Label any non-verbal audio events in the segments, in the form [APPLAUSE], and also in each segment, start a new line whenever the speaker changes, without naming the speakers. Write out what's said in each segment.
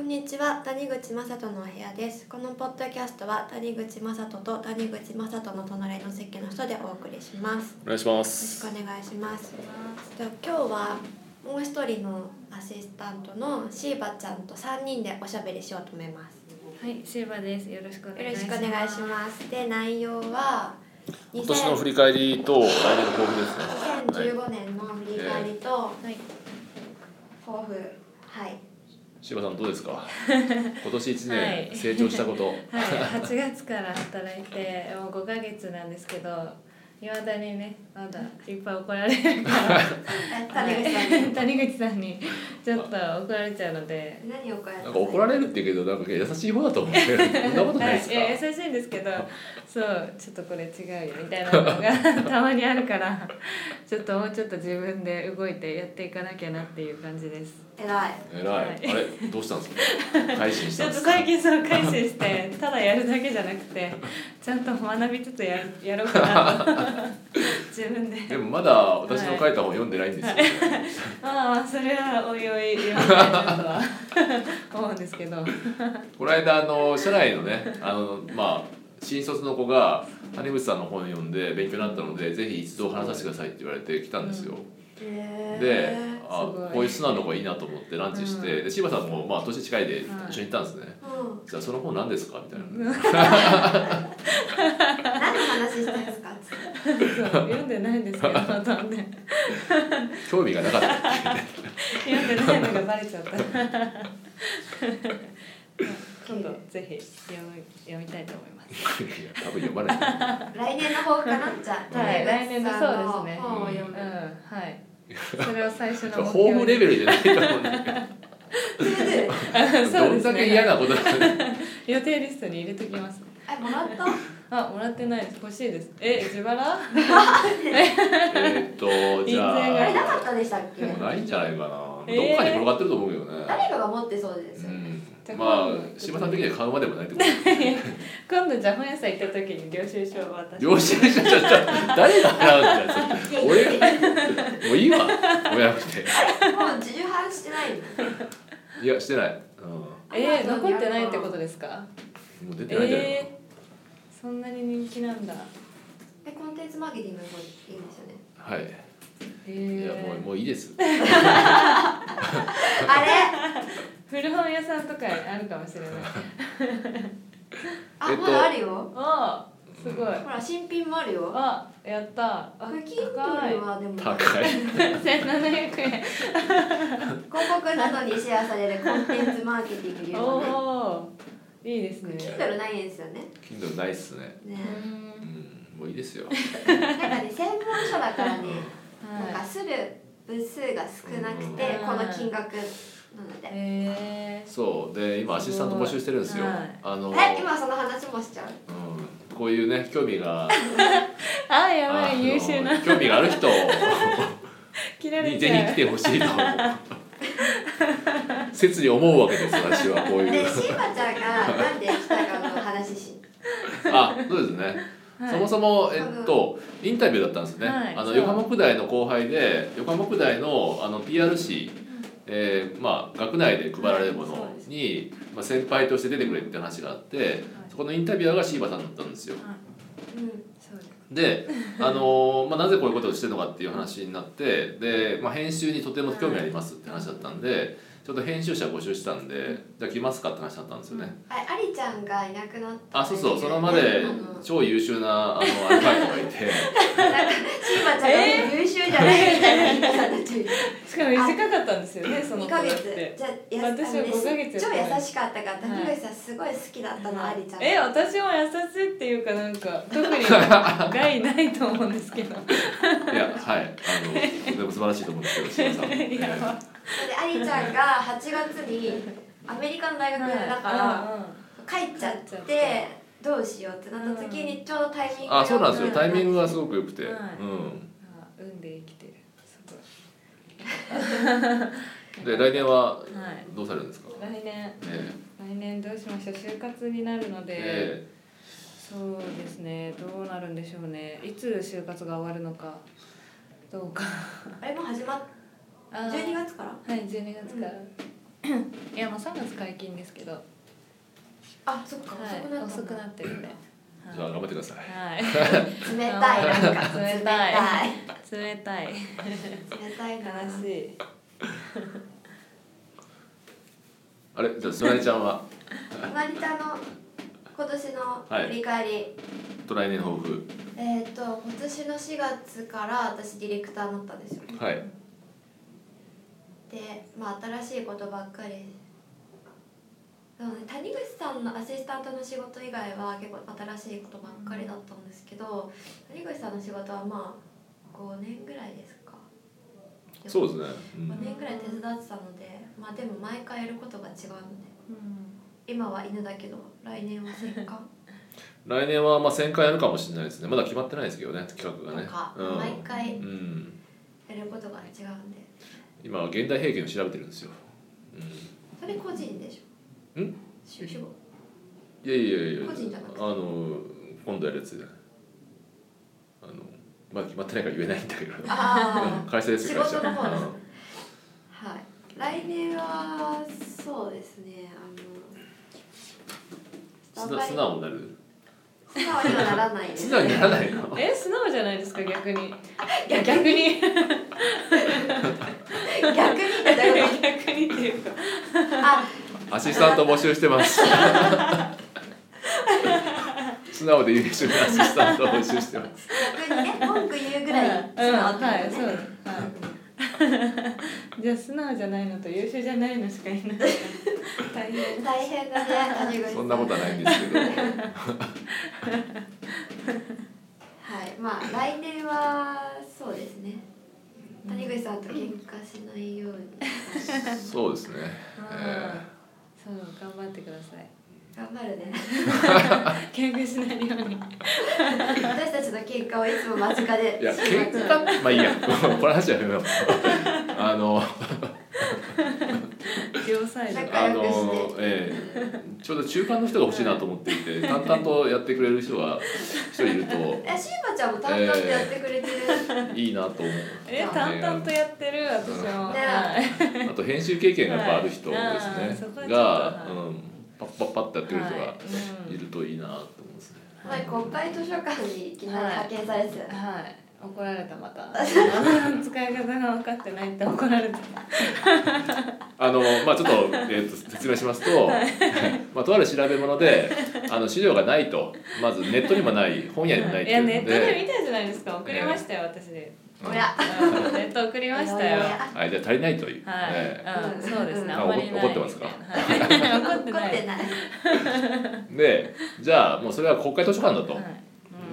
んにちは谷口雅人のお部屋ですこのポッドキャストは谷口雅人と谷口雅人の隣の席の人でお送りします
お願いしま
よろし
す
くお願いしますでは今日はもう一人のアシスタントのシーバちゃんと三人でおしゃべりしようと思います
はい、シーバです。よろしくお
よ
願
ろ
い
し
し
く
ま
お
す。
願いしますで内容は
今年の振
り
り返りと来年の抱負ですねはい
2015年の振り返りと
はい、
抱負はい
柴さんどうです
[LAUGHS]
か今年一
は
年
い
成長した
[LAUGHS]
こと、
はい、8月から働いてもう5ヶ月なんですけど、いまだにね、まだいっぱい怒られる
[LAUGHS]
から、
え谷口さん
ん、谷口さんにちょっと怒られちゃうので、
何をこうやって
なんか怒られるって言うけどなんか優しい方だと思うけどそんなことないです
い
か
や優しいんですけど、そうちょっとこれ違うよみたいなの
[LAUGHS]
がたまにあるから、ちょっともうちょっと自分で動いてやっていかなきゃなっていう感じです。
偉い
偉い、
はい
あれどうしたんです
[LAUGHS]
か改心し
ち
た
ょ
ん
っ
で
と
すか
最近その改心して
[LAUGHS]
ただやるだけじゃなくてちゃんと学びつつややろうかなと
[LAUGHS]
自分で
でもまだ私の書いた本読んでないんですよ、
まあまあそれはおいおい読みたいなとは [LAUGHS] 思うんですけど
この間あの社内のねあのまあ新卒の子が谷口さんの本読んで勉強になったのでぜひ一度話させてくださいって言われて来たんですよ、で
へー、
あ
すごい
こういう素直な子がいいなと思ってランチして、
うん
で柴田さんもまあ年近いで
はい
一緒に行ったんですね、
うん、
じゃあその本何ですかみたいな、
何の話してるんですかつって
そう読んでないんですけ
[LAUGHS]
どほとんどね
興味がなかった
読んでないのがバレちゃった今度ぜひ読む読みたいと思います
いや多分読まない
来年の抱負かなじゃあ、
は
谷口さんの
い来年のそうですね
本を読
うん
む、
[LAUGHS]
はいそれを最初の
豊富レベルじゃないと思うんだ
それで
けど
そう
ど
で
ん
す
だけ
ね
嫌なことなんだ
予定リストに入れときます
えもらった
あ、もらってないです。欲しいです。え、自腹？
えー
[LAUGHS]
っとじ
印
あ
ゃ
れ
税
な
あ
かったでしたっけ
もうないんじゃないかな、
えー
どっかに転がってると思うけどね、
誰かが持ってそうですよね、
うん、まあ柴田さん的には買うまでもないってこと
今度じゃあ本屋さん行った時に領収書を渡して。
領収書ちょっと誰が払うんだよそれ俺がもういいわ親くて
もう重版してないの
いやしてない、う
えー、残ってないってことですか？
ん、もう出てないんじゃないかな、
えー、そんなに人気なんだ。
えコンテンツマーケティングの方いいんですよね
はい、い
え
やもう
ー、
もういいです
あれ
古本屋さんとかあるかもし
[LAUGHS]
れない。
あ、
えっと
まだあるよ
あ、すごい。
ほら新品もあるよ
あ、やった。 [LAUGHS] あ、
不
高い。
均等はでも
高
広
い
千七百円。
告などにシェアされるコンテンツマーケティング
お
よ
おー、いいですね。
Kindle ないんですよね
Kindle ないっすね
ね
う。
うんんもういいですよ
なんかね専門書だからねなん
は
か
い。
する部数が少なくて
うん
この金額なので
えー、
そうで今アシスタント募集してるんですよ、
はい
あの
え今その話もしちゃう
うん、こういうね興味が
あ、 [LAUGHS] やば
あの
い優秀な。
興味がある
[LAUGHS]
人
切られ
に
ち
ぜ
ゃ
ひ来。て
う
ほしい
[LAUGHS]
と切に思うわけです私はこうい
で
う
シーバちゃんがなんで来たかの話し
あそうですね
はい
そもそも、えっと、インタビューだったんですね、
はい
あ
そ
の
う
横浜区大の後輩で横浜区大のあの PR 誌、えーまあ、学内で配られるも
はい
の
そうです
に、まあ、先輩として出てくれって話があって、そこのインタビュアーが椎葉さんだったんですよ
うん
そう
で、
です
あの
[LAUGHS]
ーまあ、なぜこういうことをしてるのかっていう話になってで、まあ、編集にとても興味ありますって話だったんでちょっと編集者募集してたんでじゃあ来ますかって話だったんですよね、
あアリちゃんがいなくなった
あそうそうその場で
あの
超優秀なあのアルバイトがいて。
シーバちゃんが優秀じゃないみたいな言い方になっちゃう
しかも短かったんですよ [LAUGHS] ね、その
2
子だ
ヶ
っ
月
て。
じゃあや
私は
あのね
5ヶ月
超
やった
優しかったから谷口さんすごい好きだったの、アリちゃん
え、私も優しいっていうかな
[LAUGHS]
んか特に害ないと思うんですけど。
いや、はい、あの、でも素晴らしいと思うんですけど、志さんも。え
や
ー
ばい
それでアリちゃんが8月にアメリカの大学だから帰っちゃっ
帰っち
てどうしようってなった時にちょうどタイミングが
あ、そうなんですよ。タイミン
グ
グがすごく良くて、
はい
うん。
うんうん。運で生きてる。すご
で、
い。
来年は
はい。
どうされるんですか。
来年
え
来年どうしましょう。就活になるの
え
で、
え
そうですね。どうなるんでしょうね。いつ就活が終わるのかどうか。
あれもう始まっ
あー
12月から
はい、12月から、いやもう3月解禁ですけど、は
あそっか、
い、
遅
遅
く
く
な
な
っ
ってるんで、
じゃあ
は
頑張ってください [LAUGHS]
い、
た冷たいなんか
冷
冷
た
たい
い冷たい
冷たいな
悲しい
あれじゃあドライちゃんは
マリタの今年の振り返り、
ドライ年抱負
えっ、と今年の4月から私ディレクターになったんですよ
はい
で、まあ、新しいことばっかりそうね、谷口さんのアシスタントの仕事以外は結構新しいことばっかりだったんですけど谷口さんの仕事はまあ5年ぐらいですか
そう
で
ですね、
5
うん
年ぐらい手伝ってたのでまあでも毎回やることが違うので
うん
今は犬だけど来年は戦
[LAUGHS]
艦
来年はまあ1000回やるかもしれないですねまだ決まってないですけどね企画
と
がね
か、
うん
毎回
うん、
やることが違うんで
今は現代兵器を調べてるんですよ、うん、
それ個人でしょ
ん
し仕
[LAUGHS]
事
いやいやいや
個人じゃなくて
あの今度やるやつあのまだ決まってないから言えないんだけど
あ
会社ですよ会社
仕事の方ですねはい来年はそうですねあ
う
の
ん素直素直になる
素直にはならないで
素
す
直にな [LAUGHS] らないの
え素直じゃないですか逆に
いや
逆
逆に
に
逆にってどういうこ
逆にっていうか
とあ
アシスタント募集してます素直で優秀なアシスタントを募集してます
逆にね文句言うぐらい素
うん
直
は
だよ
いそう
ね
はいじゃあ素直じゃないのと優秀じゃないのしかいない大変
大変だね谷口さ
そんなことはないんですけど
はいまあ来年はそうですね谷口さんと喧嘩しないように
そうですね、え
そう頑張ってください
頑張るね
喧嘩しないように
私たちの喧嘩をいつも間近で
ーいや喧嘩まあいいや [LAUGHS] この話はやめようあの
両サイド
なんか
あ
仲良くして
の、ええちょうど中間の人が欲しいなと思っていて、淡々とやってくれる人が一人いると
えシーバちゃんも淡々とやってくれてる、
いいなと思う。
え淡々とやってる私も
ね
はい
[LAUGHS] あと編集経験がやっぱある人ですね。
はいあ
が
ーそこはちょっと、はい
うん、パッパッパッとやってくれる人が
はい
いるといいなと思うんですね。
前国会図書館にいきなり派遣されてたよ
うん
ね
はい怒られたま [LAUGHS] た使い方が分かってないって怒られた
あのまあちょっと,、 [LAUGHS] えー、と説明しますと、 [LAUGHS] まあとある調べ物で、あの資料がないと、まずネットにもない、本屋にもないっ
い
てい
や
うの
ネットで見
で、
たじゃないですか送りましたよ
[LAUGHS]
私で
おや
うんネット送りましたよ
や
はい、で足りないという。
はい、
え
うん、そうですね。
う
あ
ん
んまりない
怒ってますか
はい、怒って
怒
な
っ
い。
てない
えで、じゃあもうそれは国会図書館だと。
はいうん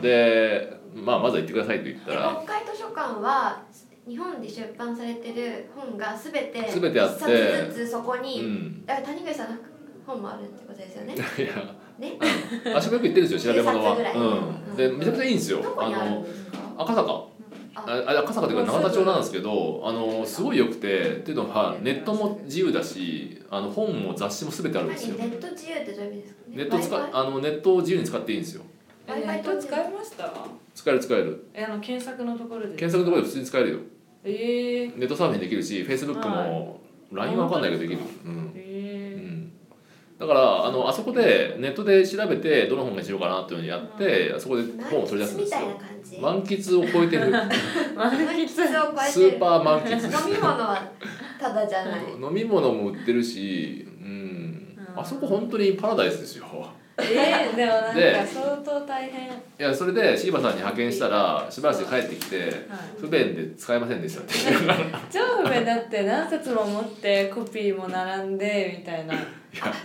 で、まあ、まずは行ってくださいと言った
え
ら
国会図書館は日本で出版されてる本がすべて一
全てあって
冊ずつそこ
う
に、
ん
だから谷口さんの本もあるってことですよね
[LAUGHS] いや
ね
足早く行ってるんですよ調べ
[LAUGHS]
物
10冊ぐらい
は、うん、で
うん
めちゃくちゃいいんですよ
どこ
あ
にあるん
の
ですか
赤坂あ
あ
あ赤坂というか永田町なんですけどあのすごい良くてっていうのはネットも自由だしあの本も雑誌も全てあるん
何ネ
ですよ
ット自由ってどういう意味ですかね
ネット使
Wi-Fi？
あのネットを自由に使っていいんですよ
えネット使いました。
使える使える
え、あの検索のところで。
検索のところで普通に使えるよ
ええー。
ネットサーフィンできるし Facebook も LINE は分かんないけどできるうんう
え
んだからあのあそこでネットで調べてどの本がしようかなっていうのをやって、あそこで本を取り出すん
満喫
で
み
すよ
たいな感じ
満喫を超 [LAUGHS] えてる
えー。満喫。
満喫を超えてる
スーパー満喫
飲み物はただじゃ
[LAUGHS]
ない
飲み物も売ってるしうん
うん
あそこ本当にパラダイスですよ
えー、でもなん
で
か相当大変。はい。
いやそれで椎葉さんに派遣したらしばらくして帰ってきて不便で使えませんでしたっていう
超不便だって何冊も持ってコピーも並んでみたいな。
あ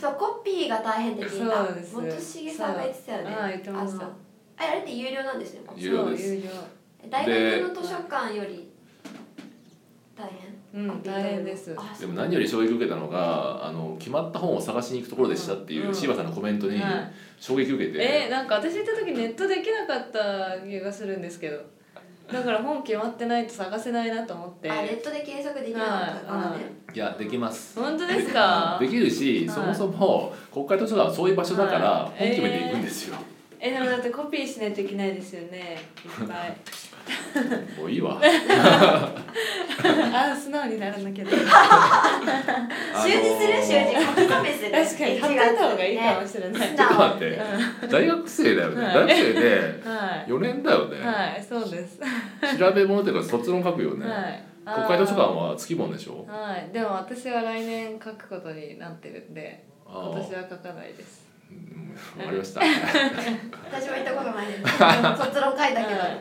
そうコピーが大変って聞いた
そうです
元重さんが言ってたよね
そうああ言ってました
あのあれあれって有料なんですね
有料です
そう有料。
大学の図書館より大
うん、
変
大変です。
あ
でも何より衝撃を受けたのがあの決まった本を探しに行くところでしたっていう
うん
椎葉さんのコメントに
はい
衝撃を受けて、
えーなんか私行った時ネットできなかった気がするんですけどだから本決まってないと探せないなと思って
あネットで検索できなかったからね
いやできます
本当です
[LAUGHS]
か
できるし、
はい
そもそも国会図書館はそういう場所だから、
はい
本決めていくんですよ、
えでもだってコピー [LAUGHS] しないといけないですよねいっぱい
もういいわ
あ素直にならなきゃだ
習字する習字
あのー
書き込みする
確かに貼ってた方がいいかもしれない、
素
ちょっと
直
待って
う
大学生だよね
はい
大学生で
んは
4年だよ
い、
ね、
はい、そうです、
調べ物というか卒論書くよね、
はい
国会図書館は月本でしょ
はい、でも私は来年書くことになってるんで
あ
今年
ー
は書かないです
うんわかりました
私も行ったことないです [LAUGHS] 卒論書いたけど
は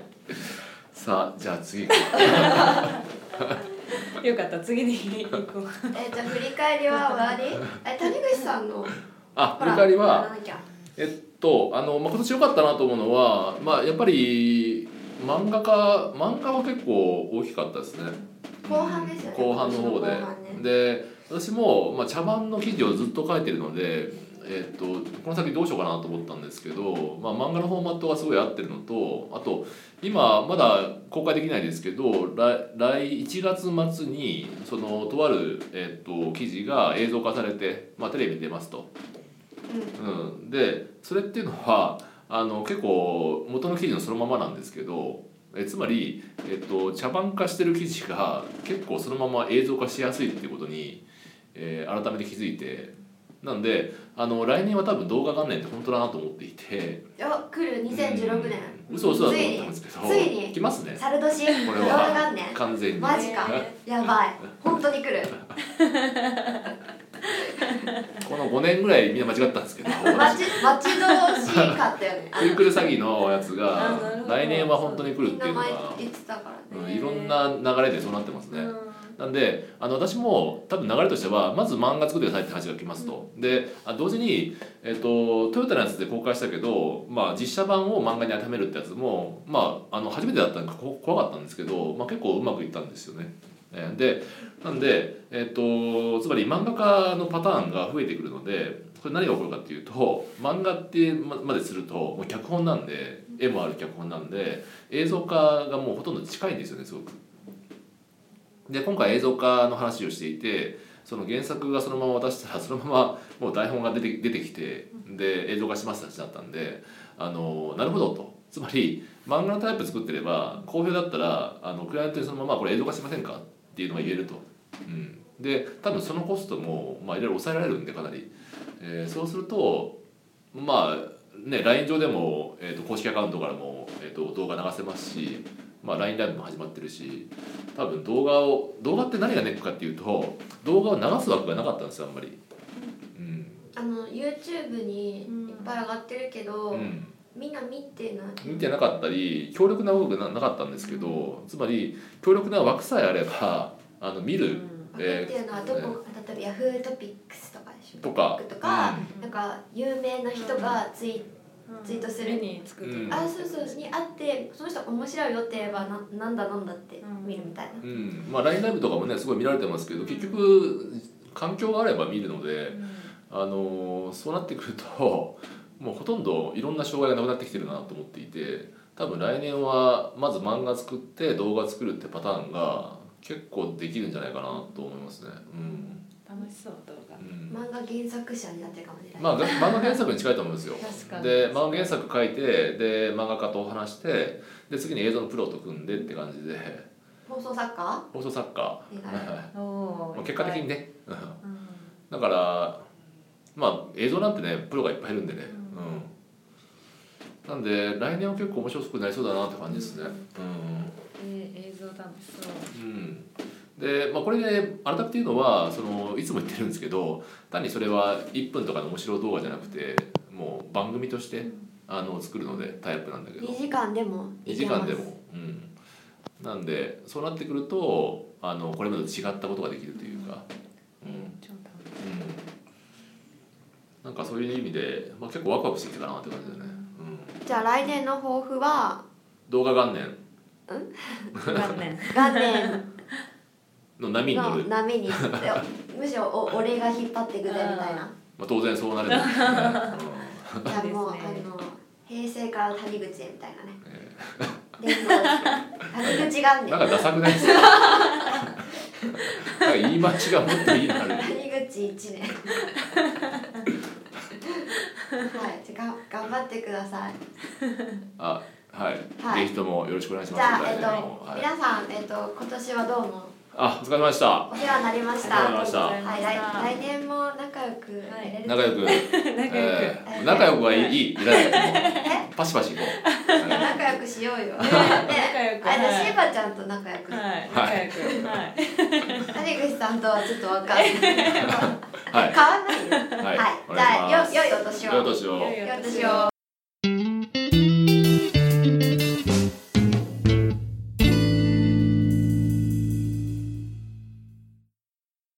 [LAUGHS] さあじゃあ次
いよかった次に行こう
えじゃあ振り返りは終わりえ谷口さんの
あ
ほ
振
ら
り返り
や
は
らなきゃ
えっとあの、まあ、今年良かったなと思うのは、まあ、やっぱり漫画家漫画は結構大きかったですね
後半ですよね
後半の方で
今年の後半ね
で私も、まあ、茶番の記事をずっと書いてるので、えっとこの先どうしようかなと思ったんですけど、まあ、漫画のフォーマットがすごい合ってるのとあと今まだ公開できないですけど来来1月末にそのとある、えっと記事が映像化されて、まあ、テレビに出ますと。うん、でそれっていうのはあの結構元の記事のそのままなんですけどえつまり、えっと、茶番化してる記事が結構そのまま映像化しやすいっていうことに、えー改めて気づいてなんであの来年は多分動画元年って本当だなと思っていて
うんお来る2016年
うん嘘嘘だと思ったんですけど
ついについに
来ますね
猿年
これ
動
は
画元年
完全に
マジか
え
やばい本当に来る
この5年ぐらいみんな間違ったんですけど
待
私
ち待ち遠しかったよね
クイックル詐欺のやつ
あなる
が
ほど
来年は本当に来
み
るっ
ん
て
な
いうの
前
が
言ってたからね
うん、いろんな流れでそうなってますね。なんであの私も多分流れとしてはまず漫画作ってくださいって話が来ますと、であ同時に、えっとトヨタのやつで公開したけど、まあ、実写版を漫画に当てはめるってやつも、まあ、あの初めてだったのかこ怖かったんですけど、まあ、結構うまくいったんですよね。えーでなんで、えっとつまり漫画家のパターンが増えてくるのでこれ何が起こるかっていうと漫画ってままでするともう脚本なんで絵もある脚本なんで映像化がもうほとんど近いんですよねすごく。で今回映像化の話をしていてその原作がそのまま渡したらそのままもう台本が出て出てきてで映像化しますって話だったんであのなるほどとつまり漫画のタイプ作ってれば好評だったらあのクライアントにそのままこれ映像化しませんかっていうのが言えると。うん、で多分そのコストも、まあ、いろいろ抑えられるんでかなり、えーそうするとまあね LINE 上でも、えー、と公式アカウントからも、えー、と動画流せますし、まあ、LINE ライブも始まってるし多分動画を動画って何がネックかっていうと動画を流す枠がなかったんですよあんまり。うん
あの YouTube にいっぱい上がってるけど、
うん
みんな見てない
見てなかったり強力な枠がななかったんですけどつまり強力な枠さえあればあの見る
枠
えー
っていうのはどこ、例えば Yahoo トピックスとかでしょ
とか
TikTok とか、
うん
なんか有名な人がツイツイートする
につくと
うん
あそうそうに会ってその人が面白いよって言えばななんだなんだって見るみたいな、
うんまあ、LINE ライブとかもねすごい見られてますけど結局環境があれば見るので、あのーそうなってくると [LAUGHS] もうほとんどいろんな障害がなくなってきてるなと思っていて多分来年はまず漫画作って動画作るってパターンが結構できるんじゃないかなと思いますね。うん
楽しそう動画
うん
漫画原作者になってるかもしれない、
まあ、が漫画原作に近いと思うんですよ
確かに
で漫画原作書いてで漫画家と話してで次に映像のプロと組んでって感じで
放送作家
放送作家、
にな
はい
る
はい
お
ま
ー
あ、結果的に
いっ
ねうん
ぱいう
だ
ん
からまあ映像なんてねプロがいっぱいいるんでね、うんなんで来年は結構面白くなりそうだなって感じですね
えー映像楽しそう
うん、うんで、まあ、これで改めて言うのはそのいつも言ってるんですけど単にそれは1分とかの面白い動画じゃなくてもう番組としてあの作るのでタイプなんだけど
2時間でも
2
い
時
けます
間でも、うん、なんでそうなってくるとあのこれまでと違ったことができるというか、うん、
超楽し
なんかそういう意味で、まあ、結構ワクワクしてきたなって感じだね、うん、
じゃあ来年の抱負は
動画元年
そう [LAUGHS] 残念
元年
の波に乗
の
る、
波に
[LAUGHS]
むしろお俺が引っ張っていくぜみたいな
まあ、当然そう
[LAUGHS]
なる、う
じゃあもう、
ですね
あの平成から谷口へみたいなね。連合谷口元
ん、な
年。
んかダ
[LAUGHS]
サくないですかなんか言い間違いがもっといいなる
谷口一年。はい、じゃあが頑張ってください。
あはい、
はい
ぜひともよろしくお願いし
じ
ま
ゃ
す
あえっと、
来年もはい
皆さんえっと今年はどうも。
あお疲れ様でした
お世話になりまし
ありがとうござい
た
ま。した
はい、来来年も仲良くやれると
仲良く、
仲良く、
えー仲良くはいいいいいらない
[LAUGHS] え
パシパシ行こ
[LAUGHS]
う、はい
仲良くしようよ。で、
仲良く
あ
は
の
い
シーバちゃんと仲良く。
はい、仲良く、はい、
谷口さんとはちょっとわかんない。変わ
はい
らないよ。
はい
はい、
お
じゃ
願いし
あ
ます
よ良いお年を。
良いお年を
良いお年を
良いお年を。